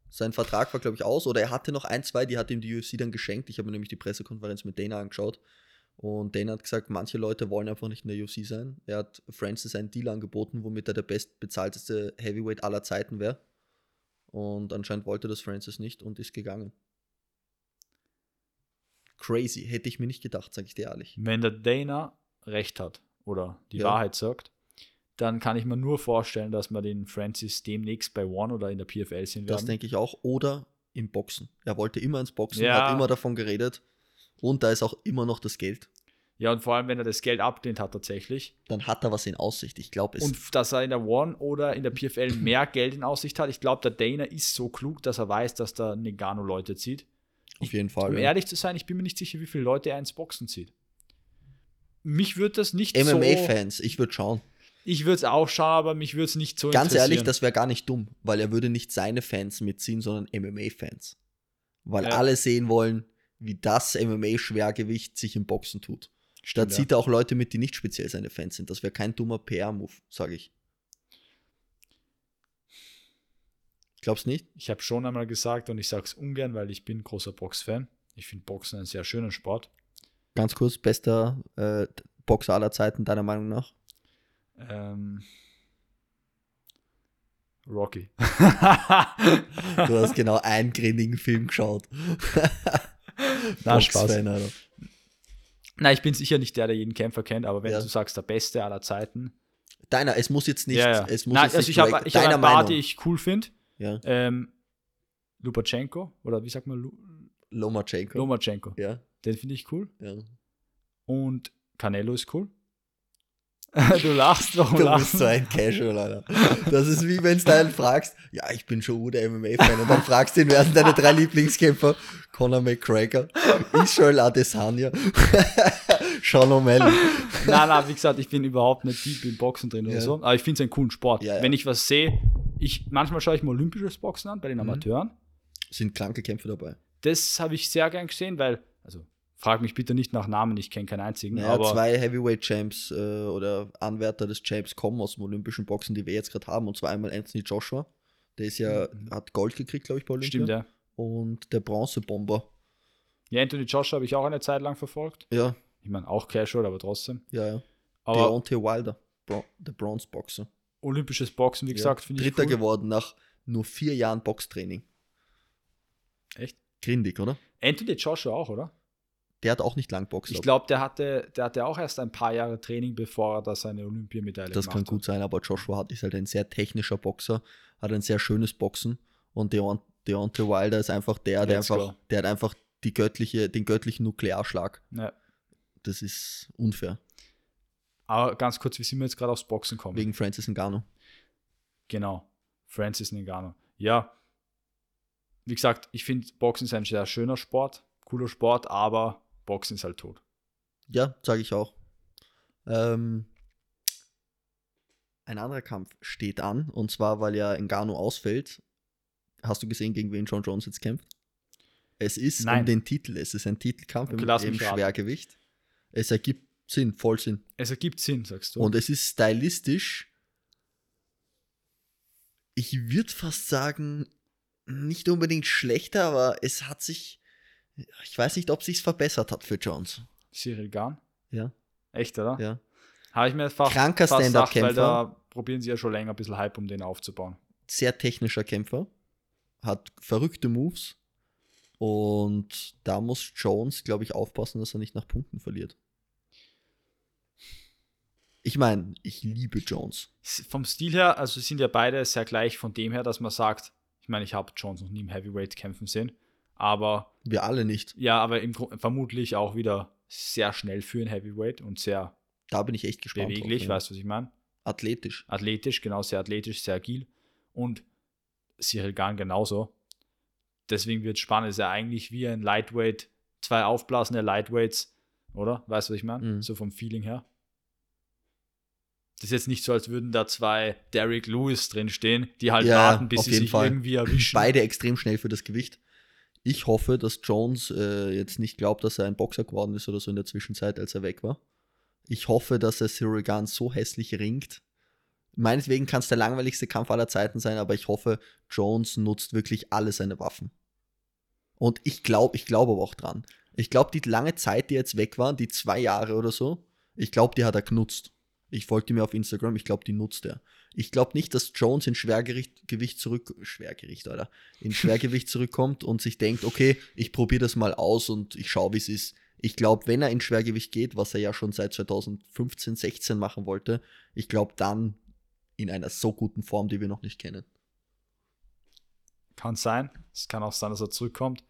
B: Sein Vertrag war, glaube ich, aus oder er hatte noch ein, zwei, die hat ihm die UFC dann geschenkt. Ich habe mir nämlich die Pressekonferenz mit Dana angeschaut und Dana hat gesagt, manche Leute wollen einfach nicht in der UFC sein. Er hat Francis einen Deal angeboten, womit er der bestbezahlteste Heavyweight aller Zeiten wäre. Und anscheinend wollte das Francis nicht und ist gegangen. Crazy, hätte ich mir nicht gedacht, sage ich dir ehrlich.
A: Wenn der Dana recht hat oder die
B: Ja.
A: Wahrheit sagt, dann kann ich mir nur vorstellen, dass wir den Francis demnächst bei One oder in der PFL sehen
B: Das
A: werden.
B: denke ich auch. Oder im Boxen. Er wollte immer ins Boxen,
A: Ja.
B: hat immer davon geredet. Und da ist auch immer noch das Geld.
A: Ja, und vor allem, wenn er das Geld ablehnt hat tatsächlich
B: Dann hat er was in Aussicht. Ich glaube, es.
A: und f- dass er in der One oder in der PFL mehr Geld in Aussicht hat. Ich glaube, der Dana ist so klug, dass er weiß, dass da Negano Leute zieht.
B: auf jeden Fall.
A: Um
B: ja.
A: ehrlich zu sein, ich bin mir nicht sicher, wie viele Leute er ins Boxen zieht. Mich würde das nicht so...
B: MMA-Fans, ich würde schauen.
A: Ich würde es auch schauen, aber mich würde es nicht so
B: Ganz ehrlich,
A: interessieren.
B: das wäre gar nicht dumm, weil er würde nicht seine Fans mitziehen, sondern MMA-Fans. Weil
A: Ja.
B: alle sehen wollen, wie das MMA-Schwergewicht sich im Boxen tut. Da
A: Stimmt, ja.
B: zieht er auch Leute mit, die nicht speziell seine Fans sind. Das wäre kein dummer PR-Move, sage ich. Glaubst nicht?
A: Ich habe schon einmal gesagt und ich sage es ungern, weil ich bin großer Box-Fan. Ich finde Boxen einen sehr schönen Sport.
B: Ganz kurz, bester äh, Boxer aller Zeiten, deiner Meinung nach?
A: Ähm, Rocky.
B: Du hast genau einen grinnigen Film geschaut.
A: Na,
B: Boxfan, Alter.
A: Nein, ich bin sicher nicht der, der jeden Kämpfer kennt, aber wenn
B: Ja.
A: du sagst, der Beste aller Zeiten.
B: Deiner, es muss jetzt nicht.
A: ja, ja.
B: Es muss
A: Nein,
B: jetzt
A: also
B: nicht
A: ich habe
B: direkt-
A: ich hab
B: deiner
A: ein paar, die
B: Meinung.
A: ich cool finde.
B: Ja.
A: Ähm, Lupachenko oder wie sagt man? Lu
B: Lomachenko.
A: Lomachenko.
B: ja,
A: Den finde ich cool.
B: ja.
A: Und Canelo ist cool. du lachst, warum
B: Du
A: lachst
B: bist so ein Casual, Alter. Das ist wie wenn du einen fragst, ja, ich bin schon guter MMA-Fan. Und dann fragst du ihn, wer sind deine drei Lieblingskämpfer? Conor McGregor, Israel Adesanya, Sean O'Malley.
A: Nein, nein, wie gesagt, ich bin überhaupt nicht deep im Boxen drin
B: Ja.
A: oder so. Aber ich finde es einen coolen Sport.
B: Ja, ja.
A: Wenn ich was sehe, ich, manchmal schaue ich mir olympisches Boxen an bei den
B: Mhm.
A: Amateuren.
B: Sind kranke Kämpfe dabei.
A: Das habe ich sehr gern gesehen, weil, also frag mich bitte nicht nach Namen, ich kenne keinen einzigen.
B: Naja,
A: aber
B: zwei Heavyweight-Champs äh, oder Anwärter des Champs kommen aus dem olympischen Boxen, die wir jetzt gerade haben. Und zwar einmal Anthony Joshua. Der ist ja,
A: Mhm.
B: hat Gold gekriegt, glaube ich, bei Olympia.
A: stimmt, ja.
B: Und der Bronzebomber.
A: Ja, Anthony Joshua habe ich auch eine Zeit lang verfolgt.
B: Ja,
A: Ich meine, auch Casual, aber trotzdem.
B: ja, ja.
A: Aber
B: Deontay Wilder, Bro der Bronzeboxer.
A: olympisches Boxen, wie gesagt, finde ich
B: Dritter
A: cool.
B: geworden nach nur vier Jahren Boxtraining.
A: Echt?
B: Grindig, oder?
A: Anthony Joshua auch, oder?
B: Der hat auch nicht lang Boxen.
A: Ich glaube, der hatte, der hatte auch erst ein paar Jahre Training, bevor er da seine Olympiamedaille
B: Das
A: gemacht
B: kann
A: hat.
B: gut sein, aber Joshua hat, ist halt ein sehr technischer Boxer, hat ein sehr schönes Boxen und Deont Deontay Wilder ist einfach der, der
A: Let's
B: einfach,
A: go.
B: der hat einfach die göttliche, den göttlichen Nuklearschlag.
A: Ja.
B: Das ist unfair.
A: Aber ganz kurz, wie sind wir jetzt gerade aufs Boxen gekommen?
B: Wegen Francis Ngannou.
A: Genau. Francis Ngannou. Ja. Wie gesagt, ich finde, Boxen ist ein sehr schöner Sport, cooler Sport, aber Boxen ist halt tot.
B: Ja, sage ich auch. Ähm, ein anderer Kampf steht an und zwar, weil ja Ngannou ausfällt. Hast du gesehen, gegen wen John Jones jetzt kämpft? Es ist um
A: Nein.
B: den Titel. Es ist ein Titelkampf
A: Okay,
B: im,
A: lass
B: im
A: mich raten.
B: Schwergewicht. Es ergibt Sinn, voll Sinn.
A: Es ergibt Sinn, sagst du.
B: Und es ist stylistisch, ich würde fast sagen, nicht unbedingt schlechter, aber es hat sich, ich weiß nicht, ob sich's verbessert hat für Jones.
A: Cyril Garn?
B: Ja.
A: Echt, oder?
B: Ja.
A: Habe ich mir fast
B: Kranker
A: fast gedacht, weil
B: Stand-Up-Kämpfer,
A: da probieren sie ja schon länger ein bisschen Hype, um den aufzubauen.
B: sehr technischer Kämpfer, hat verrückte Moves und da muss Jones, glaube ich, aufpassen, dass er nicht nach Punkten verliert. Ich meine, ich liebe Jones.
A: S- Vom Stil her, also sind ja beide sehr gleich von dem her, dass man sagt, ich meine, ich habe Jones noch nie im Heavyweight kämpfen sehen, aber
B: Wir alle nicht.
A: ja, aber im Grund- vermutlich auch wieder sehr schnell für ein Heavyweight und sehr
B: Da bin ich echt gespannt. drauf,
A: beweglich,
B: ja.
A: weißt du, was ich meine?
B: Athletisch.
A: athletisch, genau, sehr athletisch, sehr agil und Cyril Gahn genauso. Deswegen wird es spannend. Ist ja eigentlich wie ein Lightweight, zwei aufblasende Lightweights, oder? Weißt du, was ich meine?
B: Mhm.
A: So vom Feeling her. Das ist jetzt nicht so, als würden da zwei Derek Lewis drinstehen, die halt
B: Ja,
A: warten, bis
B: auf
A: sie
B: jeden
A: sich
B: Fall.
A: irgendwie erwischen.
B: Beide extrem schnell für das Gewicht. Ich hoffe, dass Jones äh, jetzt nicht glaubt, dass er ein Boxer geworden ist oder so in der Zwischenzeit, als er weg war. Ich hoffe, dass er Cyril Gahn so hässlich ringt. Meinetwegen kann es der langweiligste Kampf aller Zeiten sein, aber ich hoffe, Jones nutzt wirklich alle seine Waffen. Und ich glaube, ich glaube aber auch dran. Ich glaube, die lange Zeit, die jetzt weg war, die zwei Jahre oder so, ich glaube, die hat er genutzt. Ich folgte mir auf Instagram, ich glaube, die nutzt er. Ich glaube nicht, dass Jones in Schwergewicht Gewicht zurück, Schwergewicht, oder? In Schwergewicht zurückkommt und sich denkt, okay, ich probiere das mal aus und ich schaue, wie es ist. Ich glaube, wenn er in Schwergewicht geht, was er ja schon seit 2015, 16 machen wollte, ich glaube dann in einer so guten Form, die wir noch nicht kennen.
A: Kann sein. Es kann auch sein, dass er zurückkommt,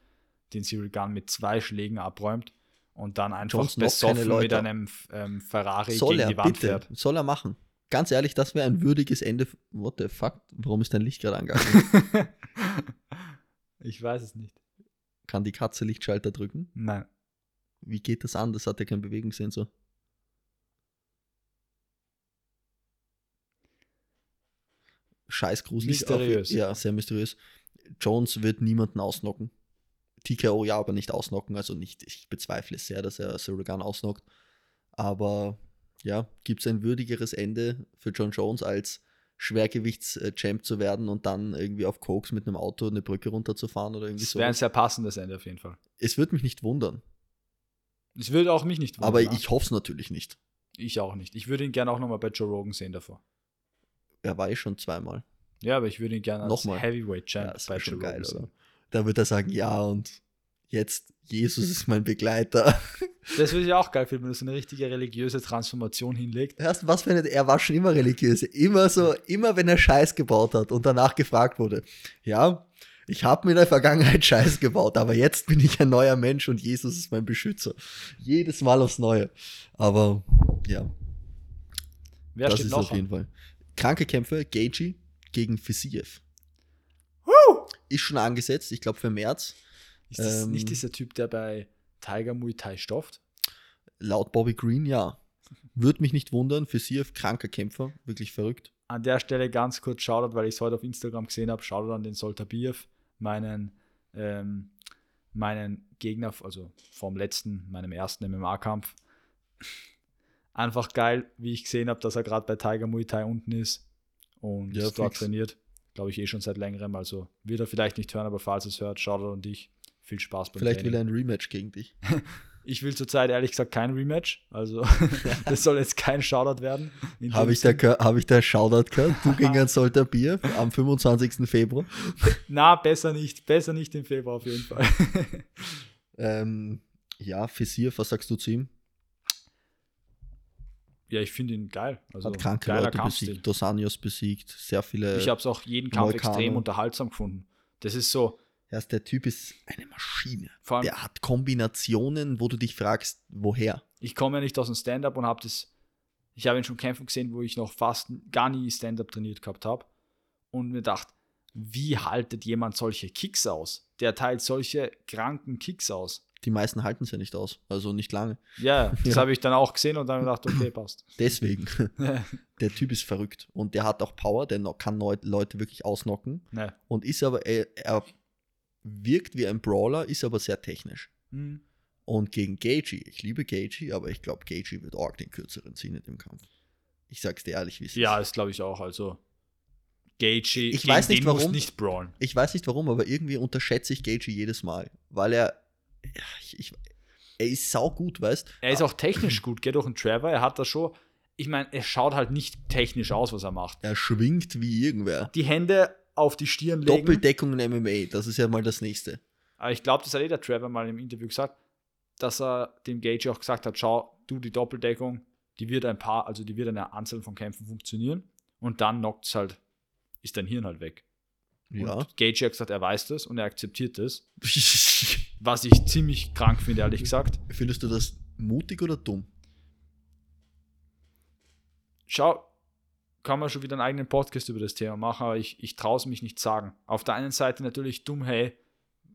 A: den Cyril Gunn mit zwei Schlägen abräumt und dann einfach
B: Sonst noch keine
A: besoffen
B: Leute.
A: mit einem ähm, Ferrari
B: Soll
A: gegen
B: er,
A: die Wand
B: bitte,
A: fährt.
B: soll er machen. Ganz ehrlich, das wäre ein würdiges Ende. f- What the fuck? Warum ist dein Licht gerade angegangen?
A: ich weiß es nicht.
B: Kann die Katze Lichtschalter drücken?
A: Nein.
B: Wie geht das an? Das hat ja keinen Bewegungssensor. Scheiß gruselig.
A: Mysteriös.
B: Auch, ja, sehr mysteriös. Jones wird niemanden ausnocken. TKO ja, aber nicht ausnocken. Also nicht, ich bezweifle es sehr, dass er Surrogan ausnockt. Aber ja, gibt es ein würdigeres Ende für John Jones als Schwergewichts-Champ zu werden und dann irgendwie auf Koks mit einem Auto eine Brücke runterzufahren oder irgendwie
A: Es
B: so?
A: wäre ein sehr passendes Ende auf jeden Fall.
B: Es würde mich nicht wundern.
A: Es würde auch mich nicht wundern.
B: Aber ich hoffe es natürlich nicht.
A: Ich auch nicht. Ich würde ihn gerne auch nochmal bei Joe Rogan sehen davor.
B: Er war eh schon zweimal.
A: Ja, aber ich würde ihn gerne als
B: Nochmal.
A: Heavyweight
B: Ja,
A: Champ
B: das
A: bei
B: wär
A: Joe
B: schon
A: Rogan
B: geil,
A: sehen.
B: oder? Da wird er sagen, ja, und jetzt Jesus ist mein Begleiter.
A: Das würde ich auch geil finden, wenn er so eine richtige religiöse Transformation hinlegt.
B: Erst was für eine, er war schon immer religiös. Immer so, immer wenn er Scheiß gebaut hat und danach gefragt wurde, ja, ich habe mir in der Vergangenheit Scheiß gebaut, aber jetzt bin ich ein neuer Mensch und Jesus ist mein Beschützer. Jedes Mal aufs Neue. Aber ja,
A: Wer
B: das
A: steht
B: ist
A: noch?
B: auf
A: an?
B: jeden Fall. Kranke Kämpfe, Gagey gegen Fisiev. Ist schon angesetzt, ich glaube für März.
A: Ist das
B: Ähm,
A: nicht dieser Typ, der bei Tiger Muay Thai stofft?
B: Laut Bobby Green, ja. Würde mich nicht wundern, für Siev kranker Kämpfer, wirklich verrückt.
A: An der Stelle ganz kurz Shoutout, weil ich es heute auf Instagram gesehen habe. Shoutout an den Soltabiev, meinen, ähm, meinen Gegner, also vom letzten, meinem ersten MMA-Kampf. Einfach geil, wie ich gesehen habe, dass er gerade bei Tiger Muay Thai unten ist und
B: Ja,
A: dort
B: fix.
A: trainiert. Glaube ich eh schon seit längerem. Also wird er vielleicht nicht hören, aber falls er es hört, Shoutout an dich. Viel Spaß beim
B: Vielleicht will
A: Training.
B: er ein Rematch gegen dich.
A: Ich will zurzeit ehrlich gesagt kein Rematch. Also das soll jetzt kein Shoutout werden. In
B: Habe
A: dem
B: ich, da gehört- hab ich da Shoutout gehört? Du gegen ein Solter Bier am 25. Februar.
A: Na, besser nicht. Besser nicht im Februar auf jeden Fall.
B: Ähm, ja, Fisiev, was sagst du zu ihm?
A: ja, ich finde ihn geil. Also,
B: Hat kranke
A: geiler
B: Leute
A: Kampfstil.
B: besiegt, äh, Dosanios besiegt, sehr viele.
A: Ich habe es auch jeden Kampf
B: Moikano.
A: extrem unterhaltsam gefunden. Das ist so,
B: Erst der Typ ist eine Maschine.
A: vor allem,
B: Der hat Kombinationen, wo du dich fragst, woher?
A: ich komme ja nicht aus dem Stand-Up und habe das, ich habe ihn schon kämpfen gesehen, wo ich noch fast gar nie Stand-Up trainiert gehabt habe und mir dachte, wie haltet jemand solche Kicks aus? Der teilt solche kranken Kicks aus.
B: Die meisten halten es ja nicht aus, also nicht lange.
A: Ja, das
B: Ja.
A: habe ich dann auch gesehen und dann gedacht, okay, passt.
B: Deswegen. der Typ ist verrückt und der hat auch Power, der no- kann neu- Leute wirklich ausnocken
A: ne.
B: und ist aber, er, er wirkt wie ein Brawler, ist aber sehr technisch.
A: Hm.
B: Und gegen Gaethje. Ich liebe Gaethje, aber ich glaube, Gaethje wird arg den kürzeren ziehen in dem Kampf. Ich sag's dir ehrlich, wie es
A: Ja,
B: ist.
A: das glaube ich auch. Also, Gaethje,
B: Ich
A: gegen
B: weiß nicht,
A: den
B: warum.
A: Muss nicht brawlen.
B: Ich weiß nicht warum, aber irgendwie unterschätze ich Gaethje jedes Mal, weil er ja, ich, ich, er ist saugut, weißt?
A: Er ist auch technisch gut, geht durch ein Trevor. Er hat das schon. Ich meine, es schaut halt nicht technisch aus, was er macht.
B: Er schwingt wie irgendwer.
A: Die Hände auf die Stirn legen.
B: Doppeldeckung in MMA, das ist ja mal das nächste.
A: Aber ich glaube, das hat eh der Trevor mal im Interview gesagt, dass er dem Gage auch gesagt hat: Schau, du, die Doppeldeckung, die wird ein paar, also die wird eine Anzahl von Kämpfen funktionieren und dann knockt es halt, ist dein Hirn halt weg.
B: Ja.
A: Und Gage hat gesagt, er weiß das und er akzeptiert das, was ich ziemlich krank finde, ehrlich gesagt.
B: Findest du das mutig oder dumm?
A: Schau, kann man schon wieder einen eigenen Podcast über das Thema machen, aber ich, ich traue es mich nicht sagen. Auf der einen Seite natürlich dumm, hey,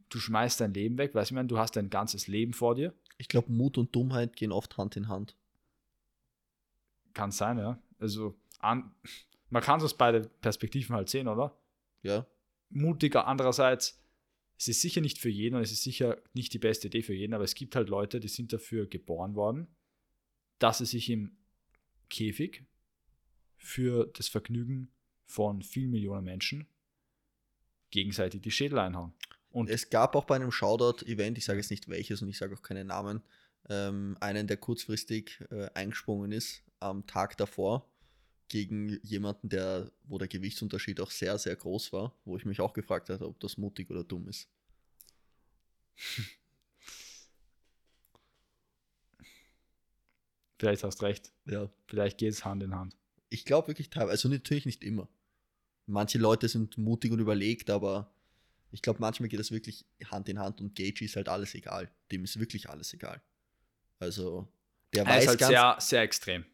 A: du schmeißt dein Leben weg, weißt du, ich meine, du hast dein ganzes Leben vor dir.
B: Ich glaube, Mut und Dummheit gehen oft Hand in Hand.
A: Kann sein, ja. Also, an, man kann es aus beiden Perspektiven halt sehen, oder?
B: Ja.
A: Mutiger andererseits, es ist sicher nicht für jeden und es ist sicher nicht die beste Idee für jeden, aber es gibt halt Leute, die sind dafür geboren worden, dass sie sich im Käfig für das Vergnügen von vielen Millionen Menschen gegenseitig die Schädel einhauen. Und
B: Es gab auch bei einem Shoutout-Event, ich sage jetzt nicht welches und ich sage auch keine Namen, ähm, einen, der kurzfristig äh, eingesprungen ist am Tag davor gegen jemanden, der, wo der Gewichtsunterschied auch sehr, sehr groß war, wo ich mich auch gefragt habe, ob das mutig oder dumm ist.
A: vielleicht hast recht,
B: Ja.
A: vielleicht geht es Hand in Hand.
B: Ich glaube wirklich teilweise, also natürlich nicht immer. Manche Leute sind mutig und überlegt, aber ich glaube, manchmal geht das wirklich Hand in Hand und Gage ist halt alles egal. Dem ist wirklich alles egal. Also, der
A: Er
B: weiß
A: ist halt
B: ganz
A: sehr, sehr extrem.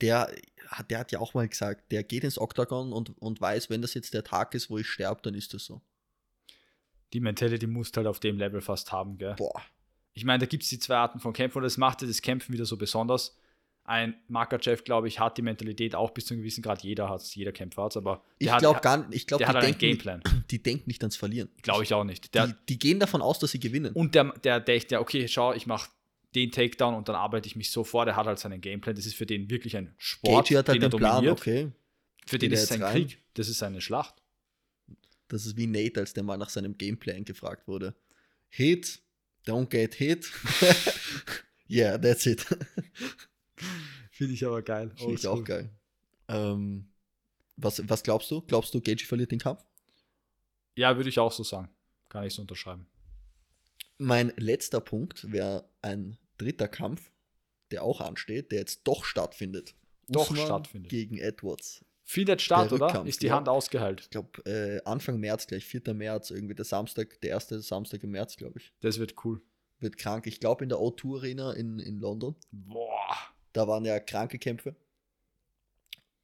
B: der, hat- der hat ja auch mal gesagt, der geht ins Oktagon und, und weiß, wenn das jetzt der Tag ist, wo ich sterbe, dann ist das so.
A: Die Mentality musst halt auf dem Level fast haben, gell?
B: Boah.
A: Ich meine, da gibt es die zwei Arten von Kämpfen und das macht ja das Kämpfen wieder so besonders. Ein Makachev, glaube ich, hat die Mentalität auch bis zu einem gewissen Grad. Jeder hat es, jeder Kämpfer hat es, aber
B: Ich
A: der hat-
B: glaube gar nicht, ich glaube,
A: der
B: die,
A: hat halt einen
B: denken nicht-
A: Gameplan.
B: die denken nicht ans Verlieren.
A: Glaube ich auch nicht. Der,
B: die, die gehen davon aus, dass sie gewinnen.
A: und der, der denkt ja, okay, schau, ich mache den Takedown und dann arbeite ich mich so vor. Der hat halt seinen Gameplan. Das ist für den wirklich ein Sport,
B: Gage hat halt
A: er
B: den Plan,
A: dominiert.
B: okay.
A: Für den
B: geht er
A: ist es ein
B: jetzt rein?
A: Krieg. Das ist eine Schlacht.
B: Das ist wie Nate, als der mal nach seinem Gameplan gefragt wurde. Hit, don't get hit. yeah, that's it.
A: Finde ich aber geil.
B: Finde ich auch geil. Ähm, was, was glaubst du? Glaubst du, Gage verliert den Kampf?
A: Ja, würde ich auch so sagen. Kann ich so unterschreiben.
B: Mein letzter Punkt wäre ein dritter Kampf, der auch ansteht, der jetzt doch stattfindet.
A: Doch stattfindet.
B: Gegen Edwards.
A: Findet statt, oder?
B: Rückkampf,
A: Ist die
B: ja.
A: Hand ausgeheilt.
B: Ich glaube, äh, Anfang März gleich, 4. März, irgendwie der Samstag, der erste Samstag im März, glaube ich.
A: Das wird cool.
B: Wird krank. Ich glaube, in der O2 Arena in, in London.
A: Boah.
B: Da waren ja kranke Kämpfe.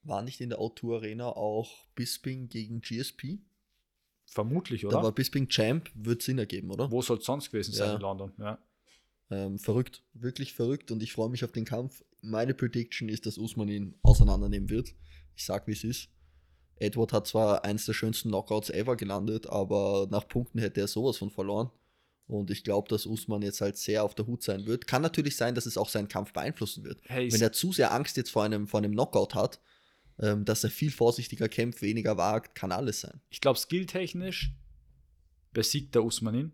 B: War nicht in der O2 Arena auch Bisping gegen GSP?
A: Vermutlich,
B: Da war
A: oder?
B: Bisping Champ, wird Sinn ergeben, oder?
A: Wo soll es sonst gewesen sein
B: Ja.
A: in London? Ja.
B: Ähm, verrückt, wirklich verrückt und ich freue mich auf den Kampf. Meine Prediction ist, dass Usman ihn auseinandernehmen wird. Ich sag, wie es ist. Edward hat zwar eins der schönsten Knockouts ever gelandet, aber nach Punkten hätte er sowas von verloren. Und ich glaube, dass Usman jetzt halt sehr auf der Hut sein wird. Kann natürlich sein, dass es auch seinen Kampf beeinflussen wird.
A: Hey,
B: Wenn
A: s-
B: er zu sehr Angst jetzt vor einem, vor einem Knockout hat, ähm, dass er viel vorsichtiger kämpft, weniger wagt, kann alles sein.
A: ich glaube, skilltechnisch besiegt der Usman ihn.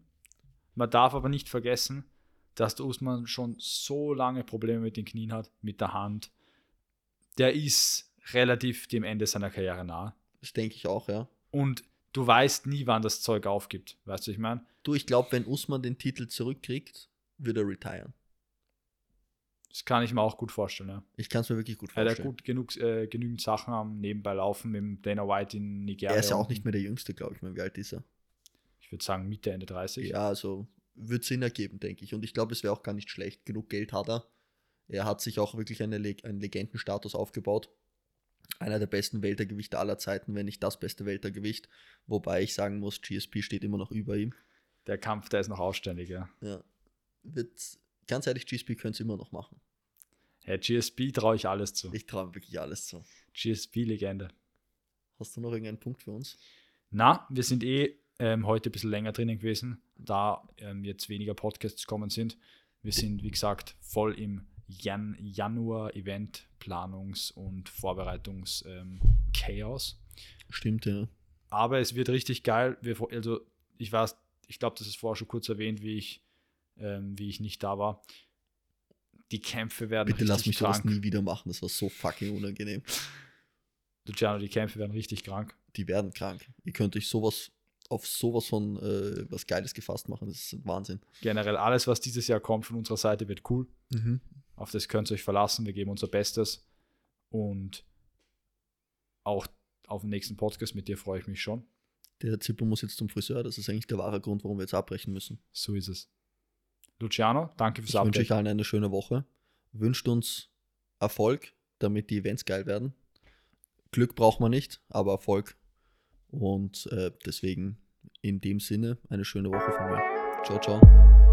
A: Man darf aber nicht vergessen, dass der Usman schon so lange Probleme mit den Knien hat, mit der Hand. Der ist relativ dem Ende seiner Karriere nahe.
B: Das denke ich auch, ja.
A: Und du weißt nie, wann das Zeug aufgibt. Weißt du, ich meine?
B: Du, ich glaube, wenn Usman den Titel zurückkriegt, wird er retiren.
A: Das kann ich mir auch gut vorstellen. Ja.
B: Ich kann es mir wirklich gut
A: Er
B: vorstellen.
A: hat ja gut genug, äh, genügend Sachen am Nebenbei laufen mit dem Dana White in Nigeria.
B: er ist ja auch
A: und-
B: nicht mehr der Jüngste, glaube ich. Mein, wie alt ist er?
A: Ich würde sagen, Mitte, Ende 30.
B: Ja, also wird Sinn ergeben, denke ich. Und ich glaube, es wäre auch gar nicht schlecht. Genug Geld hat er. Er hat sich auch wirklich eine Le einen Legendenstatus aufgebaut. Einer der besten Weltergewichte aller Zeiten, wenn nicht das beste Weltergewicht. Wobei ich sagen muss, GSP steht immer noch über ihm.
A: Der Kampf, der ist noch ausständig, ja.
B: Ja. Wird, ganz ehrlich, GSP könnte es immer noch machen.
A: Hey, GSP traue ich alles zu.
B: Ich traue wirklich alles zu.
A: GSP-Legende.
B: Hast du noch irgendeinen Punkt für uns?
A: Na, wir sind eh ähm, heute ein bisschen länger drinnen gewesen, da ähm, jetzt weniger Podcasts kommen sind. Wir sind, wie gesagt, voll im Jan Januar-Event, Planungs- und Vorbereitungs-Chaos.
B: Stimmt, ja.
A: Aber es wird richtig geil. Wir, fro- also ich weiß, ich glaube, das ist vorher schon kurz erwähnt, wie ich, ähm, wie ich nicht da war. Die Kämpfe werden
B: Bitte
A: richtig
B: lass mich
A: krank.
B: sowas nie wieder machen. Das war so fucking unangenehm.
A: Luciano, die Kämpfe werden richtig krank.
B: Die werden krank. Ihr könnt euch sowas auf sowas von äh, was Geiles gefasst machen. Das ist Wahnsinn.
A: Generell alles, was dieses Jahr kommt von unserer Seite, wird cool. Mhm. Auf das könnt ihr euch verlassen. Wir geben unser Bestes. Und auch auf den nächsten Podcast mit dir freue ich mich schon.
B: Der Zippo muss jetzt zum Friseur. Das ist eigentlich der wahre Grund, warum wir jetzt abbrechen müssen.
A: So ist es. Luciano, danke fürs
B: Ich wünsche euch
A: Update.
B: allen eine schöne Woche. Wünscht uns Erfolg, damit die Events geil werden. Glück braucht man nicht, aber Erfolg. Und äh, deswegen in dem Sinne eine schöne Woche von mir. Ciao, ciao.